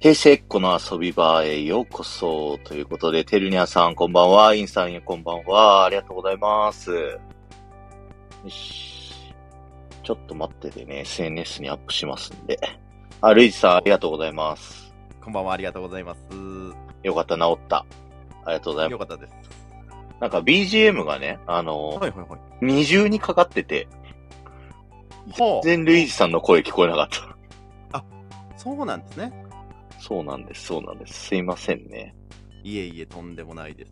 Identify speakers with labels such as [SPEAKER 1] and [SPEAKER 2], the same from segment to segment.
[SPEAKER 1] 平成っ子の遊び場へようこそ。ということで、てるにゃさんこんばんは。インさんこんばんは。ありがとうございます。よし。ちょっと待っててね、SNS にアップしますんで。あ、ルイジさんありがとうございます。
[SPEAKER 2] こんばんは、ありがとうございます。
[SPEAKER 1] よかった、治った。ありがとうございま
[SPEAKER 2] よかったです。
[SPEAKER 1] す。なんか BGM がね、あの、
[SPEAKER 2] はいはいはい。
[SPEAKER 1] 二重にかかってて、
[SPEAKER 2] ほ
[SPEAKER 1] 全然ルイジさんの声聞こえなかった。
[SPEAKER 2] う、そうなんですね。
[SPEAKER 1] そうなんです、そうなんです。すいませんね。
[SPEAKER 2] いえいえ、とんでもないです。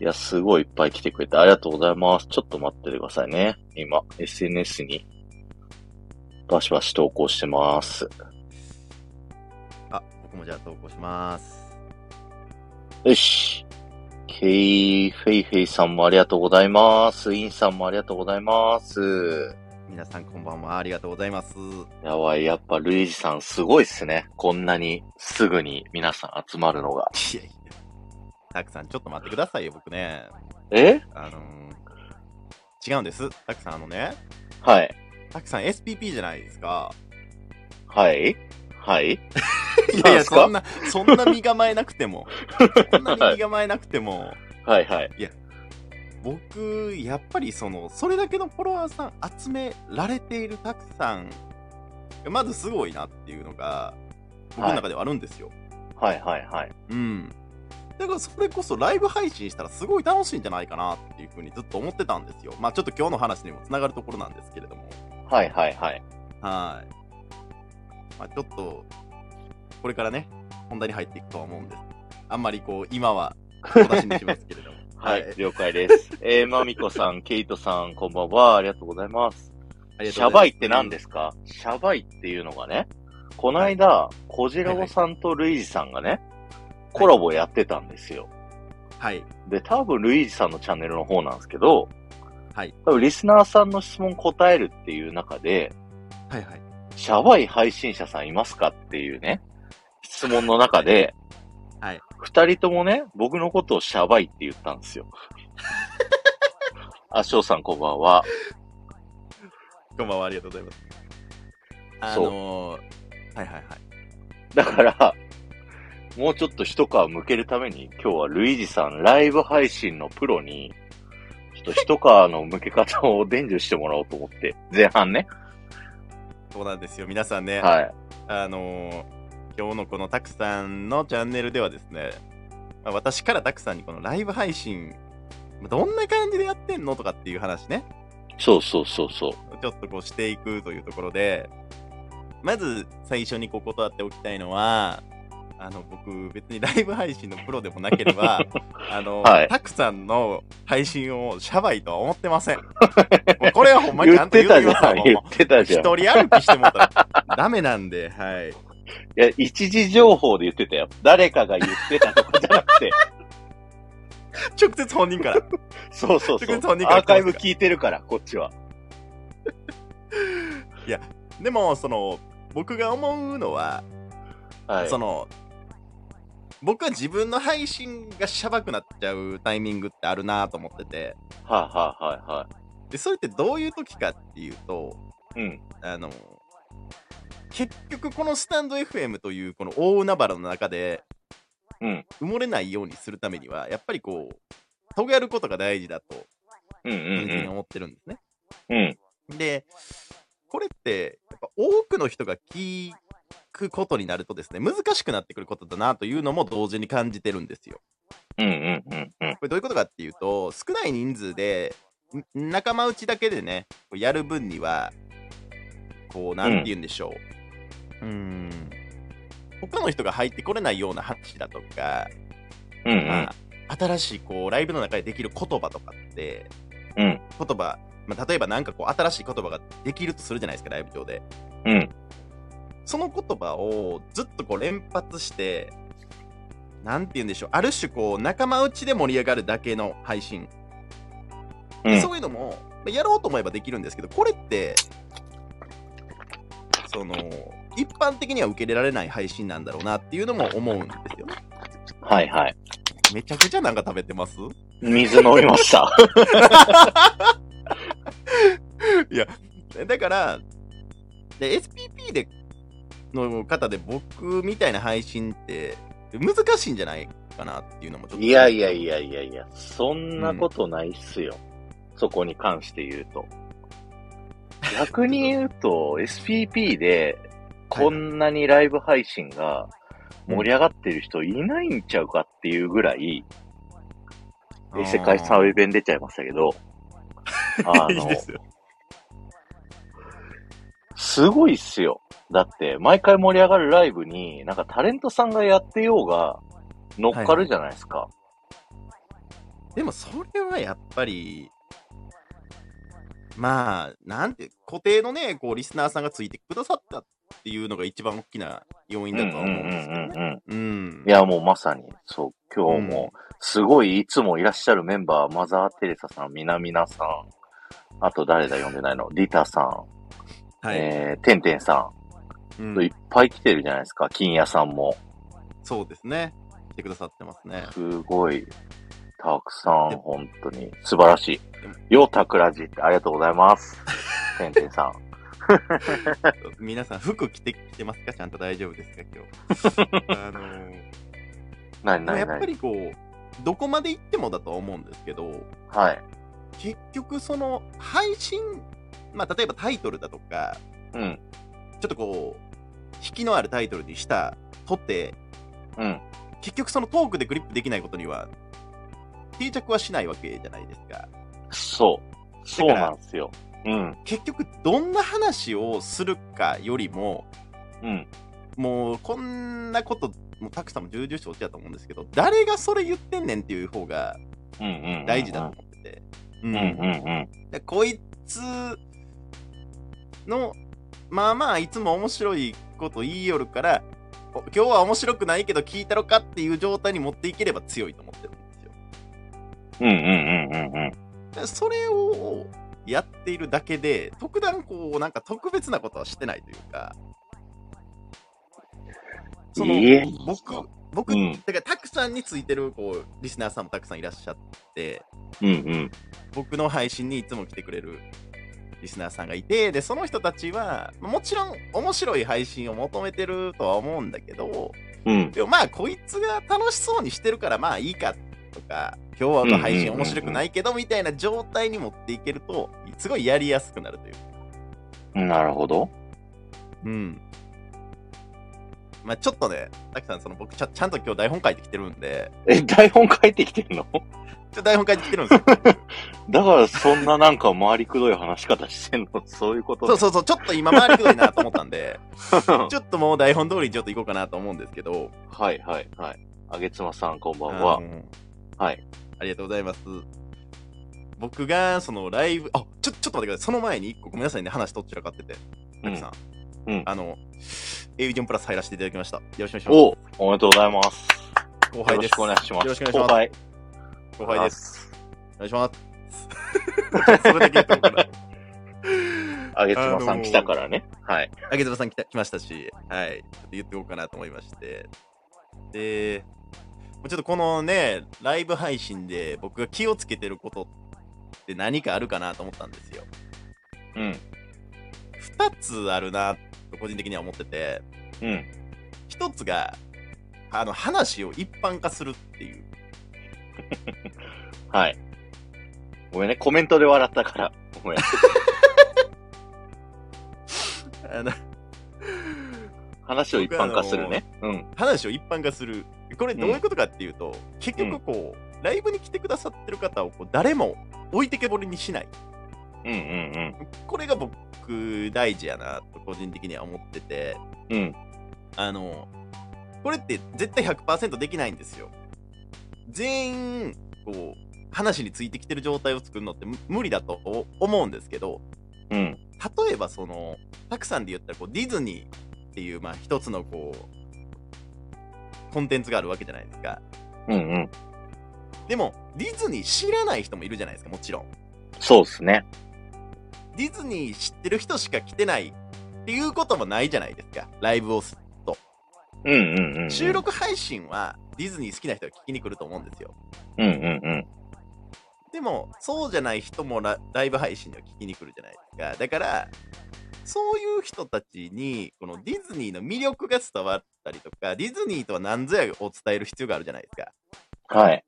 [SPEAKER 1] いや、すごいいっぱい来てくれてありがとうございます。ちょっと待っててくださいね。今、SNS にバシバシ投稿してます。
[SPEAKER 2] あ、僕もじゃあ投稿します。
[SPEAKER 1] よし。ケイフェイフェイさんもありがとうございます。インさんもありがとうございます。
[SPEAKER 2] 皆さんこんばんは、ありがとうございます。
[SPEAKER 1] やばい、やっぱルイージさんすごいっすね。こんなにすぐに皆さん集まるのが。
[SPEAKER 2] いやいや。たくさん、ちょっと待ってくださいよ、僕ね。
[SPEAKER 1] え
[SPEAKER 2] あのー、違うんです。たくさん、あのね、
[SPEAKER 1] はい。
[SPEAKER 2] たくさん SPP じゃないですか。
[SPEAKER 1] はいはい
[SPEAKER 2] いやい
[SPEAKER 1] なん
[SPEAKER 2] や、
[SPEAKER 1] すか
[SPEAKER 2] そんな、そんな身構えなくて も、そんなに身構えなくても、
[SPEAKER 1] はいはい。
[SPEAKER 2] 僕、やっぱりその、それだけのフォロワーさん集められているたくさん、まずすごいなっていうのが、僕の中ではあるんですよ。
[SPEAKER 1] はいはいはい。
[SPEAKER 2] うん。だからそれこそライブ配信したらすごい楽しいんじゃないかなっていうふうにずっと思ってたんですよ。まあちょっと今日の話にもつながるところなんですけれども。
[SPEAKER 1] はいはいはい。。
[SPEAKER 2] はい。まあちょっと、これからね、本題に入っていくとは思うんです。あんまりこう、今は小出しにしますけれども
[SPEAKER 1] はい、了解です。 えー、まみこさん、ケイトさん、こんばんは。ありがとうございます。
[SPEAKER 2] ありがとうございます
[SPEAKER 1] シャバイって何ですかシャバイっていうのがね、こないだ、コジラボさんとルイージさんがね、コラボやってたんですよ。
[SPEAKER 2] はい。
[SPEAKER 1] で、多分ルイージさんのチャンネルの方なんですけど、
[SPEAKER 2] はい。
[SPEAKER 1] 多分リスナーさんの質問答えるっていう中で、
[SPEAKER 2] はいはい。
[SPEAKER 1] シャバイ配信者さんいますかっていうね、質問の中で、
[SPEAKER 2] はい。
[SPEAKER 1] 二人ともね、僕のことをシャバイって言ったんですよ。 あ、翔さんこんばんは。
[SPEAKER 2] こんばんは、ありがとうございます。あ
[SPEAKER 1] そう
[SPEAKER 2] のー、はいはいはい。
[SPEAKER 1] だから、もうちょっと一皮向けるために、今日はルイージさん、ライブ配信のプロに、ちょっと一皮の向け方を伝授してもらおうと思って、前半ね。
[SPEAKER 2] そうなんですよ。皆さんね、
[SPEAKER 1] はい。
[SPEAKER 2] あのー、今日のこのたくさんのチャンネルではですね、まあ、私からたくさんにこのライブ配信、どんな感じでやってんのとかっていう話ね、
[SPEAKER 1] そうそうそうそう。
[SPEAKER 2] ちょっとこうしていくというところで、まず最初にこう断っておきたいのは、あの僕、別にライブ配信のプロでもなけれ ば、あの、
[SPEAKER 1] はい
[SPEAKER 2] たくさんの配信をシャバいとは思って ません。もうこれはほんまにち
[SPEAKER 1] 言
[SPEAKER 2] ゃ
[SPEAKER 1] っ
[SPEAKER 2] んと
[SPEAKER 1] て
[SPEAKER 2] 言う
[SPEAKER 1] た
[SPEAKER 2] て
[SPEAKER 1] じ
[SPEAKER 2] くだ
[SPEAKER 1] ゃ
[SPEAKER 2] さ
[SPEAKER 1] ん、
[SPEAKER 2] い。
[SPEAKER 1] 言
[SPEAKER 2] もう
[SPEAKER 1] ってたじゃん。
[SPEAKER 2] 一
[SPEAKER 1] い
[SPEAKER 2] 人歩きしてもうたらダメなんで、はい。
[SPEAKER 1] や、一時情報で言ってたよ。誰かが言ってたとかじゃなくて、
[SPEAKER 2] 直接本人から。
[SPEAKER 1] そうそうそう
[SPEAKER 2] 直接本人。から
[SPEAKER 1] アーカイブ聞いてるから、こっちは。
[SPEAKER 2] でも、その、僕が思うのは、
[SPEAKER 1] はい。
[SPEAKER 2] その、僕は自分の配信がしゃばくなっちゃうタイミングってあるなと思ってて、
[SPEAKER 1] はいはいは
[SPEAKER 2] で、それってどういう時かっていうと、
[SPEAKER 1] いはい。うん。
[SPEAKER 2] あの、結局このスタンド FM というこの大海原の中で、
[SPEAKER 1] うん
[SPEAKER 2] 埋もれないようにするためには、やっぱりこう、とがることが大事だと、
[SPEAKER 1] うん
[SPEAKER 2] 個人
[SPEAKER 1] う
[SPEAKER 2] 的に
[SPEAKER 1] ん
[SPEAKER 2] 思ってるんですね。
[SPEAKER 1] うん。うん。
[SPEAKER 2] で、これって、やっぱ多くの人が聞くことになるとですね、難しくなってくることだなというのも同時に感じてるんですよ。
[SPEAKER 1] うんうんうんうん。
[SPEAKER 2] これどういうことかっていうと、少ない人数で、ん仲間内だけでね、こうやる分には、こう、なんて言うんでしょう。うーん。他の人が入ってこれないような話だとか、
[SPEAKER 1] うんうん
[SPEAKER 2] ま。あ、新しいこうライブの中でできる言葉とかって、
[SPEAKER 1] うん
[SPEAKER 2] 言葉、まあ、例えばなんかこう新しい言葉ができるとするじゃないですかライブ上で
[SPEAKER 1] うん。
[SPEAKER 2] その言葉をずっとこう連発してなんて言うんでしょうある種こう仲間内で盛り上がるだけの配信、
[SPEAKER 1] う
[SPEAKER 2] で
[SPEAKER 1] ん。
[SPEAKER 2] そういうのもまあやろうと思えばできるんですけどこれってその一般的には受け入れられない配信なんだろうなっていうのも思うんですよね
[SPEAKER 1] はいはい。
[SPEAKER 2] めちゃくちゃなんか食べてます
[SPEAKER 1] 水飲みました。
[SPEAKER 2] いや、だから、で SPP での方で僕みたいな配信って難しいんじゃないかなっていうのもちょっと。
[SPEAKER 1] いやいやいやいやいや、そんなことないっすよ。そこに関して言うと。逆に言うと、SPP でこんなにライブ配信が盛り上がってる人いないんちゃうかっていうぐらい、え世界サーベン出ちゃいましたけど、あ
[SPEAKER 2] いい
[SPEAKER 1] の
[SPEAKER 2] で、すよ。
[SPEAKER 1] すごいっすよ。だって、毎回盛り上がるライブに、なんかタレントさんがやってようが、乗っかるじゃないですか。
[SPEAKER 2] でもそれはやっぱり、まあ、なんて、固定のね、こう、リスナーさんがついてくださったっていうのが一番大きな要因だとは思うんですけどね。
[SPEAKER 1] うんうんうん
[SPEAKER 2] うん
[SPEAKER 1] い。や、もうまさに、そう、今日も、すごい、いつもいらっしゃるメンバー、マザー・テレサさん、みなみなさん、あと誰だ読んでないのリタさん、
[SPEAKER 2] はい。
[SPEAKER 1] えー、てんてんさ、
[SPEAKER 2] うんん
[SPEAKER 1] といっぱい来てるじゃないですか、金谷さんも。
[SPEAKER 2] そうですね。来てくださってます ね。
[SPEAKER 1] すごい、たくさん、本当に、素晴らしい。ようたくらじって、ありがとうござい ます。てんてんさん。
[SPEAKER 2] 皆さん、服着てきてますかちゃんと大丈夫ですか今 日。あのー
[SPEAKER 1] なに
[SPEAKER 2] で
[SPEAKER 1] な
[SPEAKER 2] も
[SPEAKER 1] に
[SPEAKER 2] や
[SPEAKER 1] な
[SPEAKER 2] っ
[SPEAKER 1] に
[SPEAKER 2] ぱりこう、どこまで行ってもだとは思うんですけど、
[SPEAKER 1] はい。
[SPEAKER 2] 結局その配信、まあ例えばタイトルだとか、
[SPEAKER 1] うん、
[SPEAKER 2] ちょっとこう、引きのあるタイトルにしたとって、
[SPEAKER 1] うん、
[SPEAKER 2] 結局そのトークでグリップできないことには、定着はしないわけじゃないですか。
[SPEAKER 1] そう。そうなんですよ。うん、
[SPEAKER 2] 結局、どんな話をするかよりも、
[SPEAKER 1] うん。
[SPEAKER 2] もうこんなこと、もうたくさんも重々承知だと思うんですけど、誰がそれ言ってんねんっていう方が
[SPEAKER 1] うんうんうんうん。
[SPEAKER 2] 大事だと思ってて。う
[SPEAKER 1] うんうんうん。
[SPEAKER 2] でこいつのまあまあいつも面白いこと言いよるからお今日は面白くないけど聞いたろかっていう状態に持っていければ強いと思ってるんですよ
[SPEAKER 1] うんうんうんうんうん。
[SPEAKER 2] でそれをやっているだけで特段こうなんか特別なことはしてないというかその
[SPEAKER 1] いいえ
[SPEAKER 2] 僕僕、
[SPEAKER 1] うん
[SPEAKER 2] だからたくさんについてるこうリスナーさんもたくさんいらっしゃって、
[SPEAKER 1] うんうん。
[SPEAKER 2] 僕の配信にいつも来てくれるリスナーさんがいてでその人たちはもちろん面白い配信を求めてるとは思うんだけど
[SPEAKER 1] うん。
[SPEAKER 2] でもまあこいつが楽しそうにしてるからまあいいかとか今日はの配信面白くないけどみたいな状態に持っていけるとすごいやりやすくなるというか
[SPEAKER 1] なるほど。
[SPEAKER 2] うんまあちょっとねたくさんその僕ちゃちゃんと今日台本書いてきてるんで
[SPEAKER 1] え、台本書いてきてんの
[SPEAKER 2] ちょ台本書いてきてるんですよ
[SPEAKER 1] だからそんななんか回りくどい話し方してんの そういうこと
[SPEAKER 2] そうそうそうちょっと今回りくどいなと思ったんで
[SPEAKER 1] う。
[SPEAKER 2] ちょっともう台本通りにちょっと行こうかなと思うんですけど
[SPEAKER 1] はいはいはい。あげつまさんこんばんは
[SPEAKER 2] あ。の
[SPEAKER 1] はい。
[SPEAKER 2] ありがとうございます。僕が、そのライブ、あちょ、ちょっと待ってください。その前に一個、ごめんなさいね、話とっちらかってて、たくさん。
[SPEAKER 1] うん
[SPEAKER 2] あの、エビジョンプラス入らせていただきました。よろしくお願いします。
[SPEAKER 1] おおめでとうございます。
[SPEAKER 2] 後
[SPEAKER 1] よ
[SPEAKER 2] 輩
[SPEAKER 1] ろ
[SPEAKER 2] で
[SPEAKER 1] し
[SPEAKER 2] す。
[SPEAKER 1] くお願いします。
[SPEAKER 2] よろしくお願いします
[SPEAKER 1] 後輩。
[SPEAKER 2] 後輩です。
[SPEAKER 1] す。
[SPEAKER 2] お願いします。それだけやったのかな。
[SPEAKER 1] あげつまさん来たからね。はい。
[SPEAKER 2] あげずらさん来た来ましたし、はい、ちょっと言っておこうかなと思いまして。で、もうちょっとこのね、ライブ配信で僕が気をつけてることって何かあるかなと思ったんですよ。
[SPEAKER 1] うん。
[SPEAKER 2] 2つあるなと個人的には思ってて
[SPEAKER 1] うん。
[SPEAKER 2] 1つがあの話を一般化するっていう
[SPEAKER 1] はい。ごめんね、コメントで笑ったから。ごめ ん。
[SPEAKER 2] あの
[SPEAKER 1] 話を一般化するね。うん。
[SPEAKER 2] 話を一般化するこれどういうことかっていうと、結局こう、ライブに来てくださってる方をこう誰も置いてけぼりにしない
[SPEAKER 1] うんうん
[SPEAKER 2] これが僕大事やなと個人的には思ってて
[SPEAKER 1] うん。うん。
[SPEAKER 2] あのこれって絶対100%できないんですよ全員こう話についてきてる状態を作るのって無無理だと思うんですけど
[SPEAKER 1] うん。
[SPEAKER 2] 例えばそのたくさんで言ったらこうディズニーっていうまあ一つのこうコンテンツがあるわけじゃないですか
[SPEAKER 1] うんうん。
[SPEAKER 2] でもディズニー知らない人もいるじゃないですかもちろん
[SPEAKER 1] そうですね。
[SPEAKER 2] ディズニー知ってる人しか来てないっていうこともないじゃないですかライブをす
[SPEAKER 1] うんうんうんうん。
[SPEAKER 2] 収録配信はディズニー好きな人が聞きに来ると思うんですよ
[SPEAKER 1] うんうんうん。
[SPEAKER 2] でもそうじゃない人もラライブ配信には聞きに来るじゃないですかだからそういう人たちに、このディズニーの魅力が伝わったりとか、ディズニーとは何ぞやを伝える必要があるじゃないですか。
[SPEAKER 1] はい。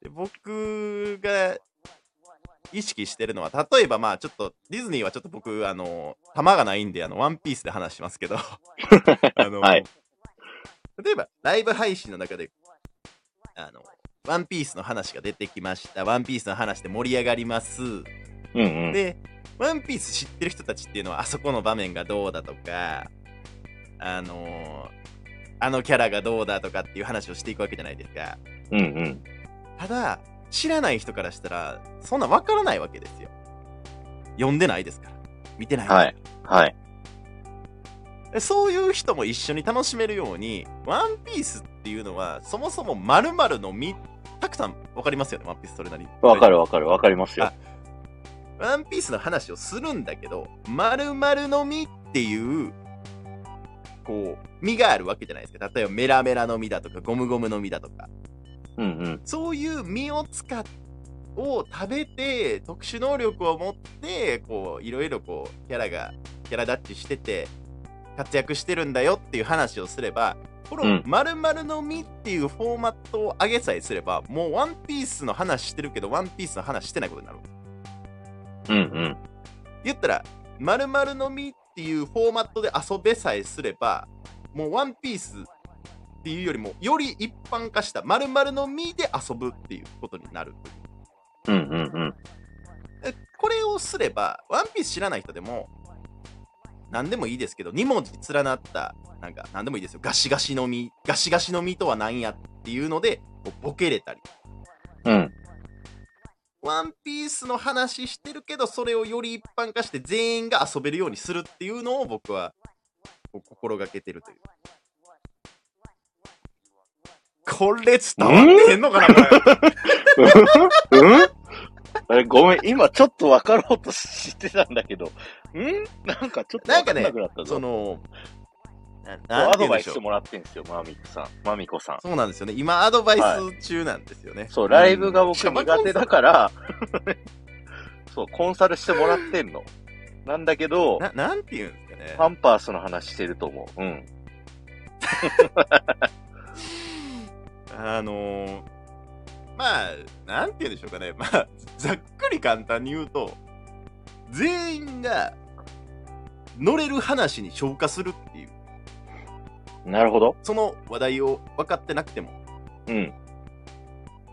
[SPEAKER 2] で僕が意識してるのは、例えばまあちょっと、ディズニーはちょっと僕、あの、玉がないんで、あの、ワンピースで話しま すけど、あの、
[SPEAKER 1] はい
[SPEAKER 2] 例えば、ライブ配信の中で、あの、ワンピースの話が出てきました。ワンピースの話で盛り上がります。
[SPEAKER 1] うんうん。
[SPEAKER 2] で、ワンピース知ってる人たちっていうのは、あそこの場面がどうだとか、あのあのキャラがどうだとかっていう話をしていくわけじゃないですか。
[SPEAKER 1] うんうん。
[SPEAKER 2] ただ、知らない人からしたら、そんなわからないわけですよ。読んでないですから。見てない。
[SPEAKER 1] はい。はい。
[SPEAKER 2] でそういう人も一緒に楽しめるように、ワンピースっていうのは、そもそも〇〇のみ、たくさんわかりますよね、ワンピースそれなりに。
[SPEAKER 1] わかるわかるわかりますよ
[SPEAKER 2] あ。ワンピースの話をするんだけど、〇〇の実っていう、こう、実があるわけじゃないですか。例えば、メラメラの実だとか、ゴムゴムの実だとか。
[SPEAKER 1] うんうん。
[SPEAKER 2] そういう実を使っを食べて、特殊能力を持って、こう、いろいろこう、キャラが、キャラ立ちしてて、活躍してるんだよっていう話をすれば、こ
[SPEAKER 1] う
[SPEAKER 2] の
[SPEAKER 1] ん
[SPEAKER 2] 〇〇の実っていうフォーマットを上げさえすれば、もうワンピースの話してるけど、ワンピースの話してないことになる。
[SPEAKER 1] うんうん。
[SPEAKER 2] 言ったら、〇〇の実っていうフォーマットで遊べさえすれば、もうワンピースっていうよりも、より一般化した〇〇の実で遊ぶっていうことになる。
[SPEAKER 1] うんうんうん。
[SPEAKER 2] えこれをすれば、ワンピース知らない人でも、何でもいいですけど、2文字連なった、なんか何でもいいですよ。ガシガシの実、ガシガシの実とは何やっていうので、こうボケれたり。
[SPEAKER 1] うん。
[SPEAKER 2] ワンピースの話してるけど、それをより一般化して全員が遊べるようにするっていうのを僕はこう心がけてるという。これ伝わってんのかなこれ
[SPEAKER 1] うんうんあれ、ごめん、今ちょっと分かろうとしてたんだけど、んなんかちょっと分
[SPEAKER 2] なんか
[SPEAKER 1] かん
[SPEAKER 2] ね
[SPEAKER 1] なくなった
[SPEAKER 2] そ
[SPEAKER 1] ぞ。
[SPEAKER 2] の、な
[SPEAKER 1] そう
[SPEAKER 2] なん
[SPEAKER 1] アド
[SPEAKER 2] て言うん
[SPEAKER 1] バ
[SPEAKER 2] で
[SPEAKER 1] イ
[SPEAKER 2] しょう
[SPEAKER 1] スもらってんすよ、マミコさん。マミコさん。
[SPEAKER 2] そうなんですよね。今、アドバイス中なんですよね。
[SPEAKER 1] そう、ライブが僕
[SPEAKER 2] うん
[SPEAKER 1] 苦手だから、そう、コンサルしてもらってんの。なんだけど、
[SPEAKER 2] な、なんて言うんですかね。
[SPEAKER 1] パンパースの話してると思う。うん。
[SPEAKER 2] あのー、まあ、なんて言うんでしょうかね。まあ、ざっくり簡単に言うと、全員が乗れる話に消化するっていう、
[SPEAKER 1] なるほど。
[SPEAKER 2] その話題を分かってなくても、
[SPEAKER 1] うん。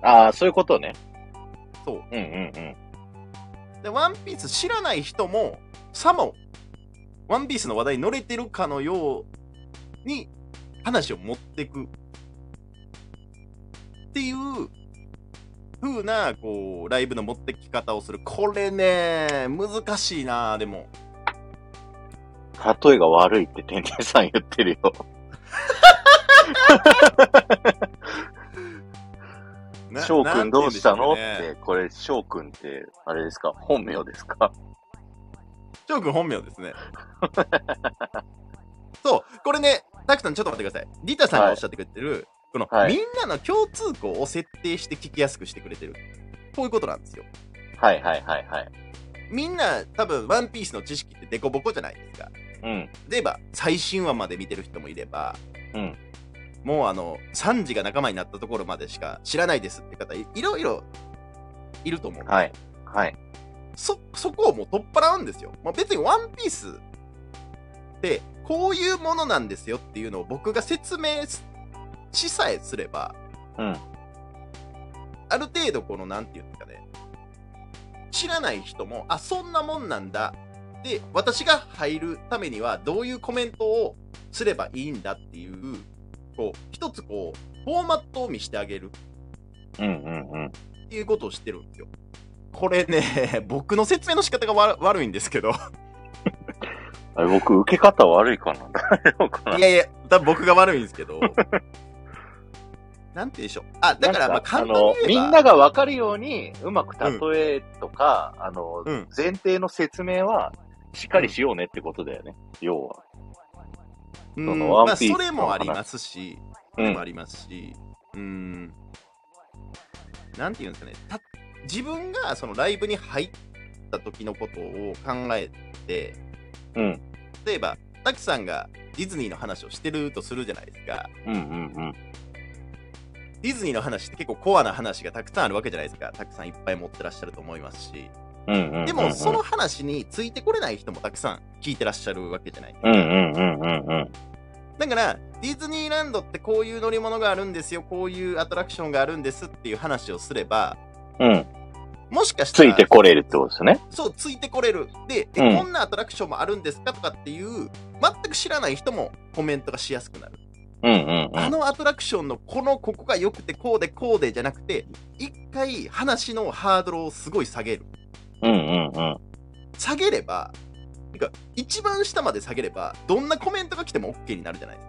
[SPEAKER 1] ああ、そういうことね。
[SPEAKER 2] そう。
[SPEAKER 1] うんうんうん。
[SPEAKER 2] で、ワンピース知らない人も、さも、ワンピースの話題に乗れてるかのように、話を持ってく。っていう、風な、こう、ライブの持ってき方をする。これね、難しいなでも。
[SPEAKER 1] 例えが悪いって天天さん言ってるよ。
[SPEAKER 2] な
[SPEAKER 1] 翔くんどうしたのっ。
[SPEAKER 2] なんて言んでしょう
[SPEAKER 1] て、
[SPEAKER 2] ね
[SPEAKER 1] これ、翔くんって、あれですか本名ですか
[SPEAKER 2] 翔くん本名ですね。 そう、これね、たくさんちょっと待ってください。リタさんがおっしゃってくれてる、この、
[SPEAKER 1] はい
[SPEAKER 2] みんなの共通項を設定して聞きやすくしてくれてる。こういうことなんですよ。
[SPEAKER 1] はいはいはいはい。
[SPEAKER 2] みんな多分ワンピースの知識ってデコボコじゃないですか。
[SPEAKER 1] うん。
[SPEAKER 2] 例えば最新話まで見てる人もいれば、
[SPEAKER 1] うん
[SPEAKER 2] もうあのサンジが仲間になったところまでしか知らないですって方いいろいろいると思う、
[SPEAKER 1] はい。はい。
[SPEAKER 2] そそこをもう取っ払うんですよ。まあ、別にワンピースってこういうものなんですよっていうのを僕が説明すしさえすれば
[SPEAKER 1] うん。
[SPEAKER 2] ある程度このなんていうんですかね知らない人もあそんなもんなんだで私が入るためにはどういうコメントをすればいいんだっていうこう一つこうフォーマットを見してあげる
[SPEAKER 1] うんうんうん。
[SPEAKER 2] っていうことをしてるんですよこれね 僕の説明の仕方がわ悪いんですけど
[SPEAKER 1] あれ、僕、受け方悪いかな 大丈夫かない
[SPEAKER 2] やいや多分僕が悪いんですけどなんて言うんでしょうあだからま
[SPEAKER 1] な
[SPEAKER 2] あ
[SPEAKER 1] んか
[SPEAKER 2] 簡単に言えば
[SPEAKER 1] あの、みんながわかるように、うまく例えとか、あの、
[SPEAKER 2] うん
[SPEAKER 1] 前提の説明は、しっかりしようねってことだよね。要は。そ
[SPEAKER 2] うん
[SPEAKER 1] の
[SPEAKER 2] ま
[SPEAKER 1] ワ
[SPEAKER 2] あ
[SPEAKER 1] ンピース
[SPEAKER 2] そ
[SPEAKER 1] の話
[SPEAKER 2] れもありますし、それもありますし、うん、なんていうんですかね、た自分がそのライブに入った時のことを考えて、
[SPEAKER 1] うん
[SPEAKER 2] 例えば、滝さんがディズニーの話をしてるとするじゃないですか。
[SPEAKER 1] うんうん
[SPEAKER 2] ディズニーの話って結構コアな話がたくさんあるわけじゃないですか。たくさんいっぱい持ってらっしゃると思いますし。
[SPEAKER 1] うん。うんうん
[SPEAKER 2] でも、その、話についてこれない人もたくさん聞いてらっしゃるわけじゃないです
[SPEAKER 1] うんう
[SPEAKER 2] か。
[SPEAKER 1] んうんうんうん。
[SPEAKER 2] だから、ディズニーランドってこういう乗り物があるんですよ、こういうアトラクションがあるんですっていう話をすれば、
[SPEAKER 1] うん。
[SPEAKER 2] もしかした
[SPEAKER 1] つ
[SPEAKER 2] ら、
[SPEAKER 1] いてこれるってことですね。
[SPEAKER 2] そう、ついてこれる。で、え
[SPEAKER 1] うん
[SPEAKER 2] こんなアトラクションもあるんですかとかっていう、全く知らない人もコメントがしやすくなる。
[SPEAKER 1] うんうんうん。
[SPEAKER 2] あのアトラクションのこのここが良くてこうでこうでじゃなくて、一回話のハードルをすごい下げる。
[SPEAKER 1] うんうんうん。
[SPEAKER 2] 下げれば、てか一番下まで下げれば、どんなコメントが来ても OK になるじゃないで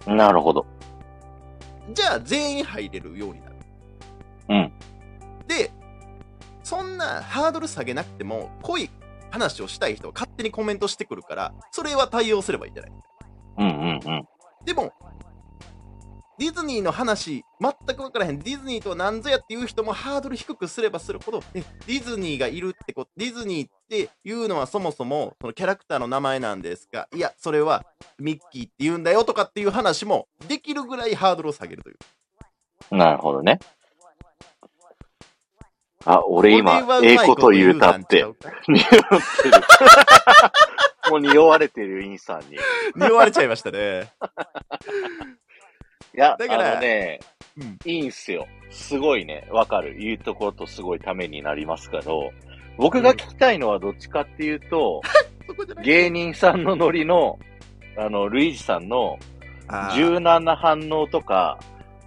[SPEAKER 2] すか。
[SPEAKER 1] なるほど。
[SPEAKER 2] じゃあ全員入れるようになる。
[SPEAKER 1] うん。
[SPEAKER 2] で、そんなハードル下げなくても、濃い話をしたい人は勝手にコメントしてくるから、それは対応すればいいじゃない
[SPEAKER 1] うんうんうん。
[SPEAKER 2] でも、ディズニーの話、全く分からへん、ディズニーとは何ぞやっていう人もハードル低くすればするほど、えディズニーがいるってこと、ディズニーっていうのはそもそもそのキャラクターの名前なんですが、いや、それはミッキーって言うんだよとかっていう話もできるぐらいハードルを下げるという。
[SPEAKER 1] なるほどね。あ、俺今
[SPEAKER 2] これは、うま
[SPEAKER 1] ええ
[SPEAKER 2] い
[SPEAKER 1] こと言うた
[SPEAKER 2] な
[SPEAKER 1] っ
[SPEAKER 2] んち
[SPEAKER 1] て
[SPEAKER 2] ゃ、うか。
[SPEAKER 1] 匂ってる。 もう匂われてる、インさんに。い
[SPEAKER 2] 匂われちゃいましたね。
[SPEAKER 1] や、
[SPEAKER 2] だから
[SPEAKER 1] あのね、
[SPEAKER 2] うん
[SPEAKER 1] いいんすよ。すごいね、わかる。言うとことすごいためになりますけど、僕が聞きたいのはどっちかっていう と、
[SPEAKER 2] そこじゃない
[SPEAKER 1] 芸人さんのノリの、あの、ルイージさんの
[SPEAKER 2] あー
[SPEAKER 1] 柔軟な反応とか、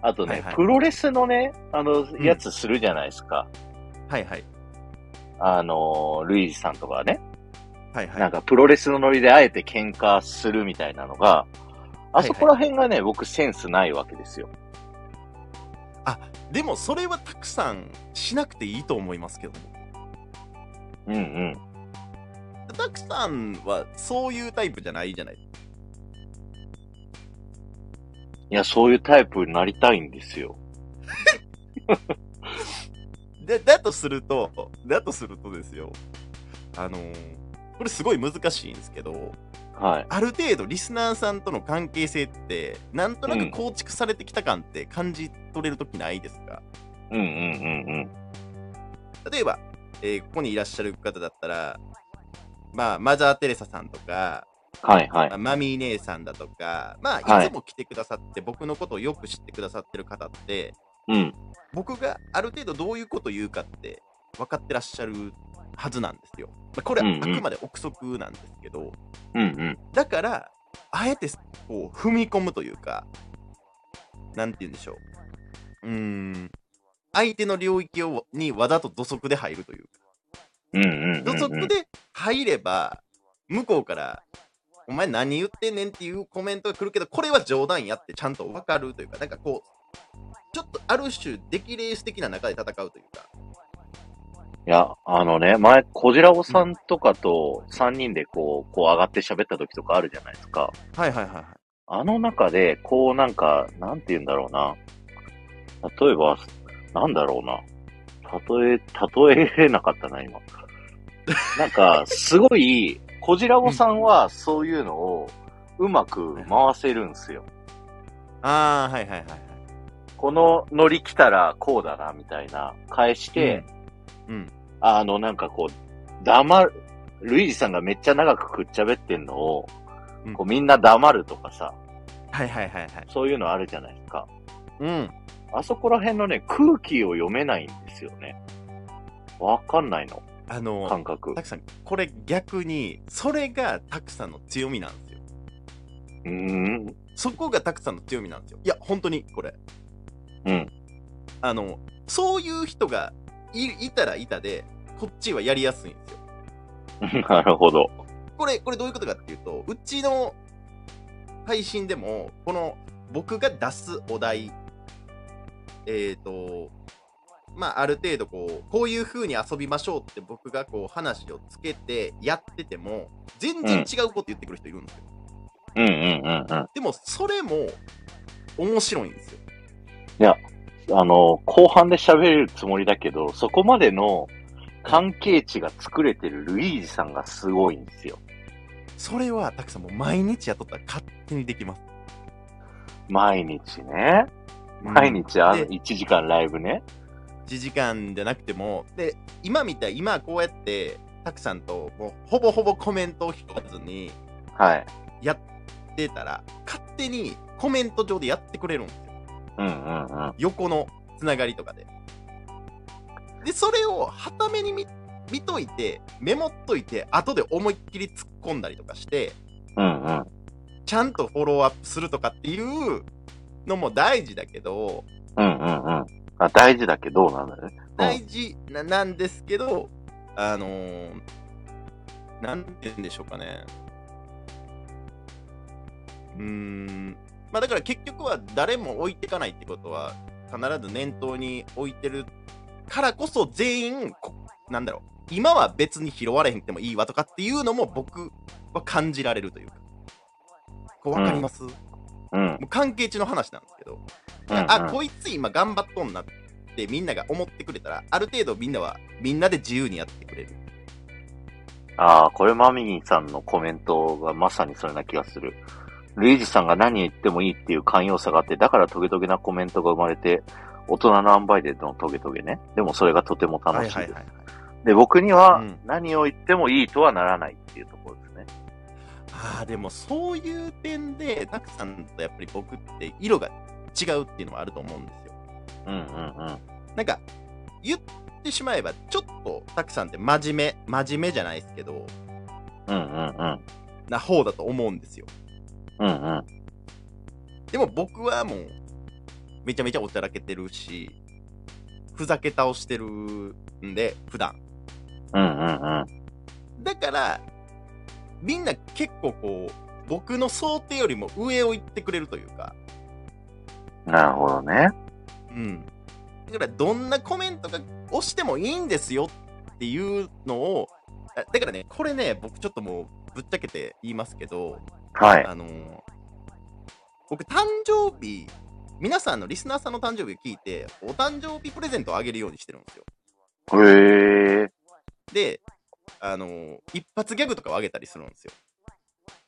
[SPEAKER 1] あとね、
[SPEAKER 2] はいはい
[SPEAKER 1] プロレスのね、あの、
[SPEAKER 2] ん
[SPEAKER 1] やつするじゃないですか。
[SPEAKER 2] はいはい。
[SPEAKER 1] あの、ルイージさんとかはね、
[SPEAKER 2] はいはい。
[SPEAKER 1] なんかプロレスのノリであえて喧嘩するみたいなのが、あそこら辺がね、僕センスないわけですよ。
[SPEAKER 2] でもそれはたくさんしなくていいと思いますけども。
[SPEAKER 1] うんうん。
[SPEAKER 2] たくさんはそういうタイプじゃないじゃない
[SPEAKER 1] いや、そういうタイプになりたいんですよ。
[SPEAKER 2] でだとするとだとするとですよあのーこれすごい難しいんですけど
[SPEAKER 1] はい。
[SPEAKER 2] ある程度リスナーさんとの関係性ってなんとな
[SPEAKER 1] うん
[SPEAKER 2] く構築されてきた感って感じ取れる時ないですか、
[SPEAKER 1] うんうんうんうん。
[SPEAKER 2] 例えば、えーここにいらっしゃる方だったらまあマザー・テレサさんとか、
[SPEAKER 1] はいはい
[SPEAKER 2] まあ。マミー姉さんだとかま
[SPEAKER 1] は
[SPEAKER 2] あ
[SPEAKER 1] い
[SPEAKER 2] いつも来てくださって、僕のことをよく知ってくださってる方って
[SPEAKER 1] うん。
[SPEAKER 2] 僕がある程度どういうこと言うかって分かってらっしゃるはずなんですよ。まあこれ
[SPEAKER 1] う
[SPEAKER 2] は
[SPEAKER 1] ん
[SPEAKER 2] あ
[SPEAKER 1] うん
[SPEAKER 2] くまで憶測なんですけど、
[SPEAKER 1] うんうん。
[SPEAKER 2] だからあえてこう踏み込むというかなんて言うんでしょううーん相手の領域をにわざと土足で入るというか
[SPEAKER 1] うんうんうん
[SPEAKER 2] 土
[SPEAKER 1] う
[SPEAKER 2] 足
[SPEAKER 1] ん。
[SPEAKER 2] で入れば向こうから「お前何言ってんねん」っていうコメントが来るけどこれは冗談やってちゃんと分かるというかなんかこうちょっとある種デキレース的な中で戦うというか
[SPEAKER 1] いや、あのね、前、こじらおさんとかと3人でこう、こう上がって喋った時とかあるじゃないですか。
[SPEAKER 2] はいはいはいはい。
[SPEAKER 1] あの中で、こうなんか、なんて言うんだろうな。例えば、なんだろうな。例え、例えれなかったな、 今。なんか、すごい、こじらぼさんはそういうのをうまく回せるんすよ。
[SPEAKER 2] ああ、はいはいはいはい。
[SPEAKER 1] この乗り来たらこうだな、みたいな。返して、
[SPEAKER 2] うんうん
[SPEAKER 1] あの、なんかこう、黙る、ルイージさんがめっちゃ長くくっちゃべってんのを、
[SPEAKER 2] うん
[SPEAKER 1] こうみんな黙るとかさ、
[SPEAKER 2] はいはいはいはい。
[SPEAKER 1] そういうのあるじゃないですか。
[SPEAKER 2] うん。
[SPEAKER 1] あそこら辺のね、空気を読めないんですよね。わかんないの、
[SPEAKER 2] あの、
[SPEAKER 1] 感覚
[SPEAKER 2] た。くさん、これ逆に、それがたくさんの強みなんですよ。
[SPEAKER 1] うーん。
[SPEAKER 2] そこがたくさんの強みなんですよ。いや、本当に、これ。
[SPEAKER 1] うん。
[SPEAKER 2] あの、そういう人がいいたらいたで、こっちはやりやすいんですよ。
[SPEAKER 1] なるほど。
[SPEAKER 2] これ、これどういうことかっていうと、うちの配信でも、この僕が出すお題、えっ、と、まあ、ある程度こう、こういう風に遊びましょうって僕がこう話をつけてやってても、全然違うこと言ってくる人いるんですよ。
[SPEAKER 1] うんうんうんうん。
[SPEAKER 2] でも、それも面白いんですよ。
[SPEAKER 1] あの、後半で喋れるつもりだけど、そこまでの関係値が作れてるルイージさんがすごいんですよ。
[SPEAKER 2] それはたくさんもう毎日やっとったら勝手にできます。
[SPEAKER 1] 毎日ね。毎日あの
[SPEAKER 2] で
[SPEAKER 1] 1時間ライブね。
[SPEAKER 2] 1時間じゃなくてもで今みたい今こうやってたくさんともうほぼほぼコメントを引かずに
[SPEAKER 1] はい。
[SPEAKER 2] やってたら勝手にコメント上でやってくれるんですよ
[SPEAKER 1] うんうんうん。
[SPEAKER 2] 横のつながりとかででそれをはために見見といてメモっといて後で思いっきり突っ込んだりとかして
[SPEAKER 1] うんうん。
[SPEAKER 2] ちゃんとフォローアップするとかっていうのも大事だけど
[SPEAKER 1] うんうんうん。あ大事だけど、なんだね。
[SPEAKER 2] 大事ななんですけど、あのー、なんて言うんでしょうかね。うーん、まあだから結局は誰も置いてかないってことは、必ず念頭に置いてるからこそ、全員こ、なんだろう、今は別に拾われへんくてもいいわとかっていうのも僕は感じられるというか。こう分かります、も
[SPEAKER 1] うん。うん
[SPEAKER 2] う関係値の話なんですけど。
[SPEAKER 1] うん
[SPEAKER 2] あこいつ今頑張っとんなってみんなが思ってくれたらある程度みんなはみんなで自由にやってくれる
[SPEAKER 1] ああ、これマミーさんのコメントがまさにそれな気がする。ルイージさんが何言ってもいいっていう寛容さがあって、だからトゲトゲなコメントが生まれて、大人の塩梅でのトゲトゲね。でもそれがとても楽しいです。
[SPEAKER 2] はいはいはい
[SPEAKER 1] で、僕には
[SPEAKER 2] うん
[SPEAKER 1] 何を言ってもいいとはならないっていうところですね。
[SPEAKER 2] あーでもそういう点でたくさんとやっぱり僕って色が違うっていうのはあると思うんですよ
[SPEAKER 1] うんうんうん。
[SPEAKER 2] なんか言ってしまえばちょっとたくさんって真面目真面目じゃないですけど
[SPEAKER 1] うんうんうん。
[SPEAKER 2] な方だと思うんですよ
[SPEAKER 1] うんうん。
[SPEAKER 2] でも僕はもうめちゃめちゃおちゃらけてるしふざけ倒してるんで普段
[SPEAKER 1] うんうんうん。
[SPEAKER 2] だから、みんな結構こう、僕の想定よりも上を行ってくれるというか、
[SPEAKER 1] なるほどね。
[SPEAKER 2] うん。だから、どんなコメントが押してもいいんですよっていうのを、あだからね、これね、僕ちょっともう、ぶっちゃけて言いますけど、
[SPEAKER 1] はい。
[SPEAKER 2] あのー僕、誕生日、皆さんのリスナーさんの誕生日を聞いて、お誕生日プレゼントをあげるようにしてるんですよ。
[SPEAKER 1] へえ。
[SPEAKER 2] で、あのー一発ギャグとかをあげたりするんですよ。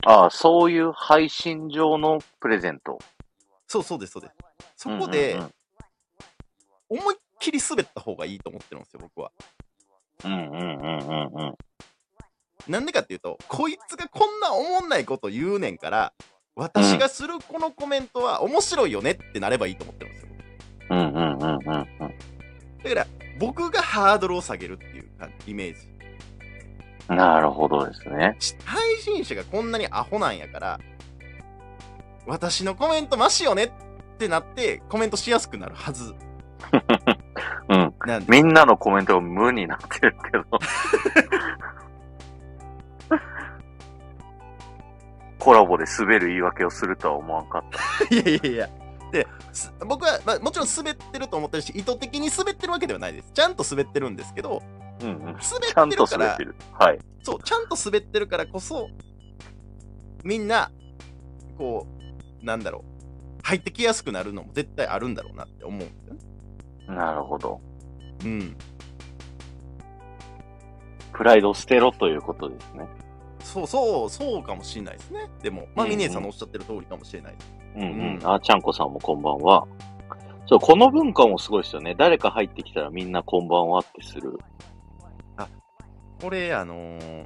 [SPEAKER 1] ああ、そういう配信上のプレゼント。
[SPEAKER 2] そうそうです、そうです。そこで、思いっきり滑った方がいいと思ってるんですよ、僕は。
[SPEAKER 1] うんうんうんうんうんうん。
[SPEAKER 2] なんでかっていうと、こいつがこんなおもんないこと言うねんから、私がするこのコメントは面白いよねってなればいいと思ってるんですよ。
[SPEAKER 1] うんうんうんうんうん。
[SPEAKER 2] だから、僕がハードルを下げるっていう感じイメージ。
[SPEAKER 1] なるほどですね。
[SPEAKER 2] し配信者がこんなにアホなんやから、私のコメントマシよねってなって、コメントしやすくなるはず
[SPEAKER 1] うん。
[SPEAKER 2] なんで。
[SPEAKER 1] みんなのコメントが無になってる けど。コラボで滑る言い訳をするとは思わんかっ
[SPEAKER 2] いやいやいや。で、す僕は、まあ、もちろん滑ってると思ってるし、意図的に滑ってるわけではないです。ちゃんと滑ってるんですけど、
[SPEAKER 1] た。うんうん。ちゃ
[SPEAKER 2] 滑っ
[SPEAKER 1] ん
[SPEAKER 2] て
[SPEAKER 1] と
[SPEAKER 2] るか
[SPEAKER 1] 滑っ
[SPEAKER 2] ら
[SPEAKER 1] て、る。はい。
[SPEAKER 2] そう、ちゃんと滑ってるからこそ、みんな、こう、なんだろう、入ってきやすくなるのも絶対あるんだろうなって思うんですよね。
[SPEAKER 1] なるほど。
[SPEAKER 2] うん。
[SPEAKER 1] プライドを捨てろということですね。
[SPEAKER 2] そうそう、そうかもしれないですね。でも、まあ、
[SPEAKER 1] うんう
[SPEAKER 2] ミ
[SPEAKER 1] ん
[SPEAKER 2] ネさんのおっしゃってる通りかもしれない。
[SPEAKER 1] うん
[SPEAKER 2] う
[SPEAKER 1] うんん。あ、ちゃんこさんもこんばんは。そう、この文化もすごいですよね。誰か入ってきたらみんなこんばんはってする。
[SPEAKER 2] これ、あのー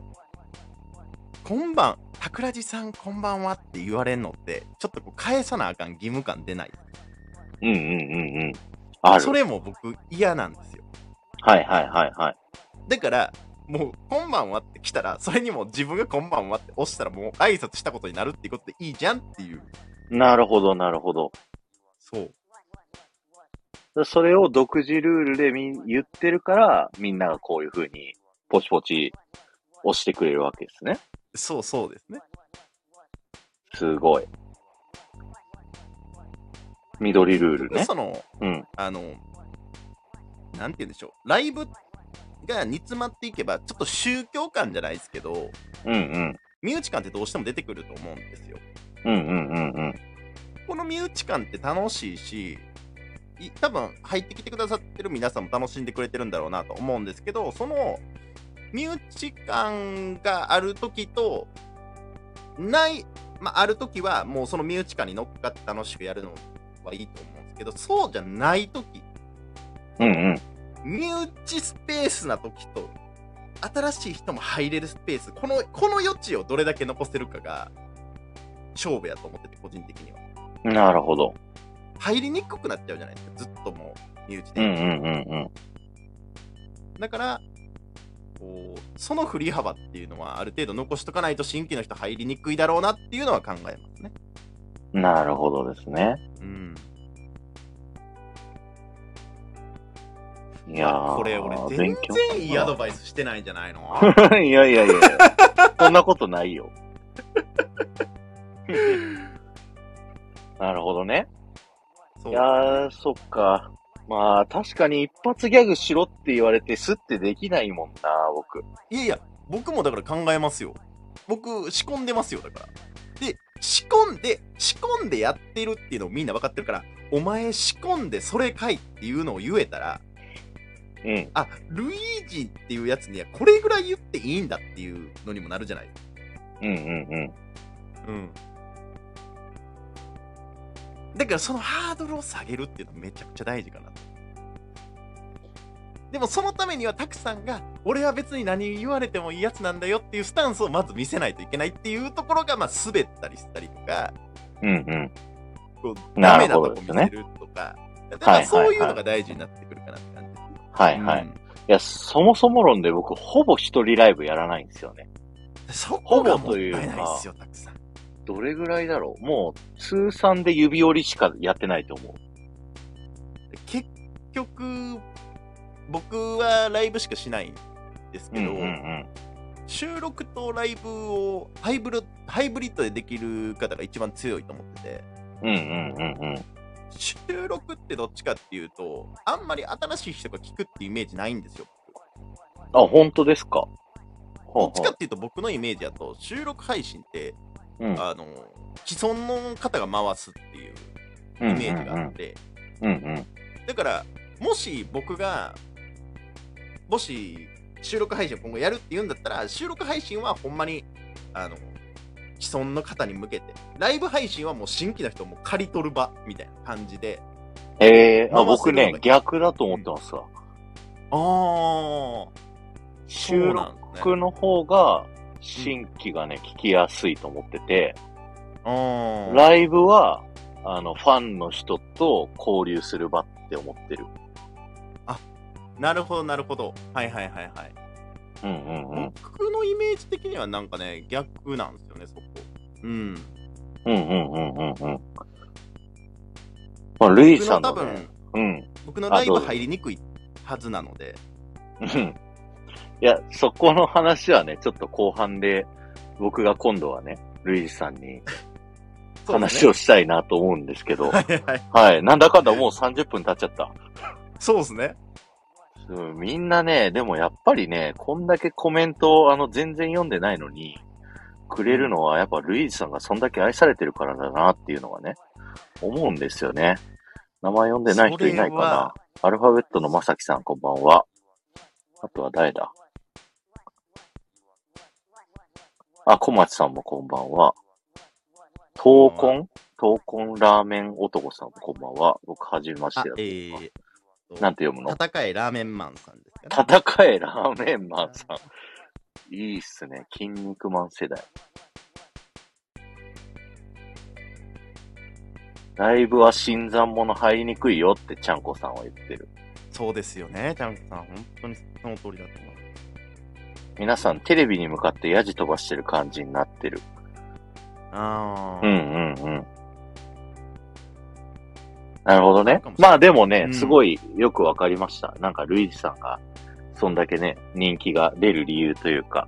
[SPEAKER 2] こんばん、桜地さんこんばんはって言われんのって、ちょっとこう返さなあかん義務感出ない。
[SPEAKER 1] うんうんうんうん。ある。
[SPEAKER 2] それも僕嫌なんですよ。
[SPEAKER 1] はいはいはいはい。
[SPEAKER 2] だから、もう、こんばんはって来たら、それにも自分がこんばんはって押したら、もう挨拶したことになるっていうことでいいじゃんっていう。
[SPEAKER 1] なるほどなるほど。
[SPEAKER 2] そう。
[SPEAKER 1] それを独自ルールでみん言ってるから、みんながこういう風に、ポチポチ押してくれるわけですね。
[SPEAKER 2] そうそうですね。
[SPEAKER 1] すごい。緑ルールね。
[SPEAKER 2] その、
[SPEAKER 1] うん。
[SPEAKER 2] あの、なんて言うんでしょう。ライブが煮詰まっていけば、ちょっと宗教感じゃないですけど、
[SPEAKER 1] うんうん。
[SPEAKER 2] 身内感ってどうしても出てくると思うんですよ。
[SPEAKER 1] うんうんうんうん。
[SPEAKER 2] この身内感って楽しいし、い多分入ってきてくださってる皆さんも楽しんでくれてるんだろうなと思うんですけど、その身内感がある時と、ない、まあ、ある時はもうその身内感に乗っかって楽しくやるのはいいと思うんですけど、そうじゃない時、
[SPEAKER 1] うんうん。
[SPEAKER 2] 身内スペースな時と、新しい人も入れるスペース、この、この余地をどれだけ残せるかが、勝負やと思ってて、個人的には。
[SPEAKER 1] なるほど。
[SPEAKER 2] 入りにくくなっちゃうじゃないですか、ずっともう、身内
[SPEAKER 1] う
[SPEAKER 2] で。
[SPEAKER 1] んうんうん
[SPEAKER 2] だから、こう、その振り幅っていうのは、ある程度残しとかないと新規の人入りにくいだろうなっていうのは考えますね。
[SPEAKER 1] うん。なるほどですね。
[SPEAKER 2] うん。
[SPEAKER 1] いやー
[SPEAKER 2] これ俺全
[SPEAKER 1] 勉強
[SPEAKER 2] 然いいアドバイスしてないんじゃないの
[SPEAKER 1] いやいやいや、そんなことない よ。 なるほどね。
[SPEAKER 2] そ。
[SPEAKER 1] いうやー、そっか。まあ、確かに一発ギャグしろって言われて、スッてできないもんな、僕。
[SPEAKER 2] いやいや、僕もだから考えますよ。僕、仕込んでますよ、だから。で、仕込んで、仕込んでやってるっていうのをみんな分かってるから、お前仕込んでそれかいっていうのを言えたら、
[SPEAKER 1] うん。
[SPEAKER 2] あ、ルイージっていうやつにはこれぐらい言っていいんだっていうのにもなるじゃない。
[SPEAKER 1] うんうん
[SPEAKER 2] うん。だからそのハードルを下げるっていうのはめちゃくちゃ大事かなと。でもそのためにはたくさんが俺は別に何言われてもいいやつなんだよっていうスタンスをまず見せないといけないっていうところがまあ滑ったりしたりとか
[SPEAKER 1] うん。うんうん。
[SPEAKER 2] こうダ
[SPEAKER 1] な
[SPEAKER 2] メ
[SPEAKER 1] る
[SPEAKER 2] なと
[SPEAKER 1] ほど
[SPEAKER 2] こ
[SPEAKER 1] です
[SPEAKER 2] 見
[SPEAKER 1] ね
[SPEAKER 2] せるとかだか
[SPEAKER 1] はいはいは
[SPEAKER 2] ら
[SPEAKER 1] い
[SPEAKER 2] そういうのが大事になってくるかなって感じですね。
[SPEAKER 1] はいはい。
[SPEAKER 2] う
[SPEAKER 1] い
[SPEAKER 2] ん
[SPEAKER 1] や、そもそも論で僕、ほぼ一人ライブやらないんですよね。
[SPEAKER 2] そこがもったいない
[SPEAKER 1] ほぼ
[SPEAKER 2] で
[SPEAKER 1] と
[SPEAKER 2] すよ、たくさん。
[SPEAKER 1] どれぐらいだろうもう、通算で指折りしかやってないと思う。
[SPEAKER 2] 結局、僕はライブしかしないんですけど、
[SPEAKER 1] ん
[SPEAKER 2] 収録とライブをハイブルハイブリッドでできる方が一番強いと思ってて
[SPEAKER 1] うん。うんうんうんうん。
[SPEAKER 2] 収録ってどっちかっていうとあんまり新しい人が聞くってイメージないんですよ
[SPEAKER 1] あ、本当ですかほ
[SPEAKER 2] ど
[SPEAKER 1] う
[SPEAKER 2] っち
[SPEAKER 1] ほ
[SPEAKER 2] かっ
[SPEAKER 1] う
[SPEAKER 2] ていうと僕のイメージだと収録配信って
[SPEAKER 1] うん
[SPEAKER 2] あの既存の方が回すっていう
[SPEAKER 1] うん
[SPEAKER 2] イメージがあって
[SPEAKER 1] うんうん。
[SPEAKER 2] だからもし僕がもし収録配信を今後やるっていうんだったら収録配信はほんまにあの既存の方に向けてライブ配信はもう新規の人をもう刈り取る場みたいな感じで
[SPEAKER 1] えー、あ、
[SPEAKER 2] 回せるのが
[SPEAKER 1] 僕ね、逆だと思ってますわ。
[SPEAKER 2] ああ
[SPEAKER 1] 収録の方が、新規がね、聞きやすいと思ってて、
[SPEAKER 2] あ
[SPEAKER 1] ライブは、あの、ファンの人と交流する場って思ってる。
[SPEAKER 2] なるほどなるほどはいはいはいはい、
[SPEAKER 1] うんうんうん。
[SPEAKER 2] 僕のイメージ的にはなんかね逆なんですよねそこうん
[SPEAKER 1] うんうんうんうんうん。まあ、ルイ
[SPEAKER 2] 僕
[SPEAKER 1] さ
[SPEAKER 2] の
[SPEAKER 1] ん
[SPEAKER 2] 多
[SPEAKER 1] の、
[SPEAKER 2] 分、
[SPEAKER 1] ね、うん。
[SPEAKER 2] 僕の
[SPEAKER 1] あ
[SPEAKER 2] ライ
[SPEAKER 1] ど
[SPEAKER 2] ブ
[SPEAKER 1] うぞ
[SPEAKER 2] 入りにくいはずなので
[SPEAKER 1] うん いや、そこの話はね、ちょっと後半で、僕が今度はね、ルイジさんに
[SPEAKER 2] そうです
[SPEAKER 1] 話
[SPEAKER 2] ね
[SPEAKER 1] をしたいなと思うんですけど、
[SPEAKER 2] はい はい
[SPEAKER 1] はい、なんだかんだもう30分経っちゃった。
[SPEAKER 2] そうですね。
[SPEAKER 1] うんみんなね、でもやっぱりね、こんだけコメントをあの全然読んでないのに、くれるのはやっぱルイージさんがそんだけ愛されてるからだなっていうのがね、思うんですよね。名前読んでない人いないか
[SPEAKER 2] それ
[SPEAKER 1] な
[SPEAKER 2] は。
[SPEAKER 1] アルファベットのまさきさんこんばんは。あとは誰だあ、小町さんもこんばんは。闘魂闘魂ラーメン男さんもこんばんは。僕、はじめまし
[SPEAKER 2] あ
[SPEAKER 1] てだ、
[SPEAKER 2] えー、
[SPEAKER 1] なんて読むの
[SPEAKER 2] 戦えラーメンマンさんですかね。
[SPEAKER 1] 戦えラーメンマンさん。いいっすね。筋肉マン世代。ライブは新参者入りにくいよってちゃんこさんは言ってる。
[SPEAKER 2] そうですよね、ちゃんこさん。本当にその通りだと思う。
[SPEAKER 1] 皆さんテレビに向かってヤジ飛ばしてる感じになってる。
[SPEAKER 2] あ
[SPEAKER 1] うん
[SPEAKER 2] ー
[SPEAKER 1] うんうん。なるほどね
[SPEAKER 2] かも。しれない
[SPEAKER 1] まあでもね
[SPEAKER 2] う、ん
[SPEAKER 1] すごいよくわかりました。なんかルイージさんが、そんだけね、人気が出る理由というか、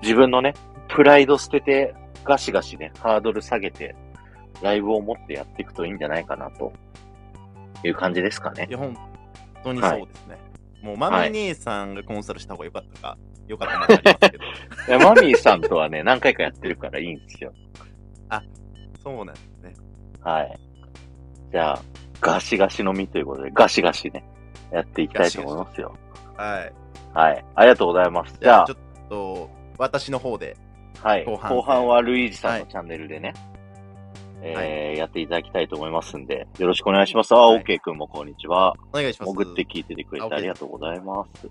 [SPEAKER 1] 自分のね、プライド捨てて、ガシガシね、ハードル下げて、ライブを持ってやっていくといいんじゃないかな、という感じですかね
[SPEAKER 2] い。や、本当にそうですね。もう、マミ姉さんがコンサルした方が良かったか、良かったなとあります けど。
[SPEAKER 1] いやマミーさんとは ね、何回かやってるからいいんですよ。
[SPEAKER 2] そうなんですね。
[SPEAKER 1] はい。じゃあ、ガシガシのみということで、ガシガシね、やっていきたいと思いますよ。
[SPEAKER 2] はい。
[SPEAKER 1] はい。ありがとうございます。じ
[SPEAKER 2] じゃ
[SPEAKER 1] ゃ
[SPEAKER 2] あ、
[SPEAKER 1] あ
[SPEAKER 2] ちょ、っと、私の方で、
[SPEAKER 1] はい。
[SPEAKER 2] 後
[SPEAKER 1] 後
[SPEAKER 2] 半
[SPEAKER 1] 半
[SPEAKER 2] 戦
[SPEAKER 1] はルイージさんのチャンネルでね、えー
[SPEAKER 2] は
[SPEAKER 1] やっていただきたいと思いますんで、よろしくお願いします。あ、
[SPEAKER 2] は
[SPEAKER 1] オ
[SPEAKER 2] い
[SPEAKER 1] ーケーくんもこんにちは。
[SPEAKER 2] お願いします。
[SPEAKER 1] 潜って聞いててくれ
[SPEAKER 2] あ
[SPEAKER 1] て
[SPEAKER 2] OK
[SPEAKER 1] ありがとうございます。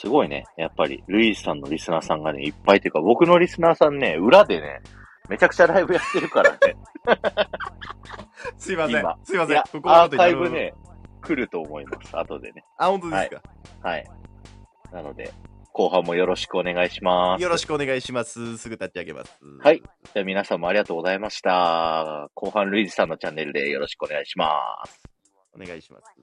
[SPEAKER 1] すごいね。やっぱり、ルイージさんのリスナーさんがね、いっぱいっていうか、僕のリスナーさんね、裏でね、めちゃくちゃライブやってる からね。
[SPEAKER 2] すいません
[SPEAKER 1] 今。
[SPEAKER 2] すいま
[SPEAKER 1] い
[SPEAKER 2] せん
[SPEAKER 1] や。
[SPEAKER 2] こ、こは
[SPEAKER 1] ア
[SPEAKER 2] 後
[SPEAKER 1] ー
[SPEAKER 2] でや
[SPEAKER 1] カ
[SPEAKER 2] る
[SPEAKER 1] イブ。ね、来ると思います。後でね。
[SPEAKER 2] あ、本当ですか。
[SPEAKER 1] はい。なので、後半もよろしくお願いします。
[SPEAKER 2] よろしくお願いします。すぐ立ち上げます。
[SPEAKER 1] はい。じゃあ皆さんもありがとうございました。後半、ルイージさんのチャンネルでよろしくお願いします。
[SPEAKER 2] お願いします。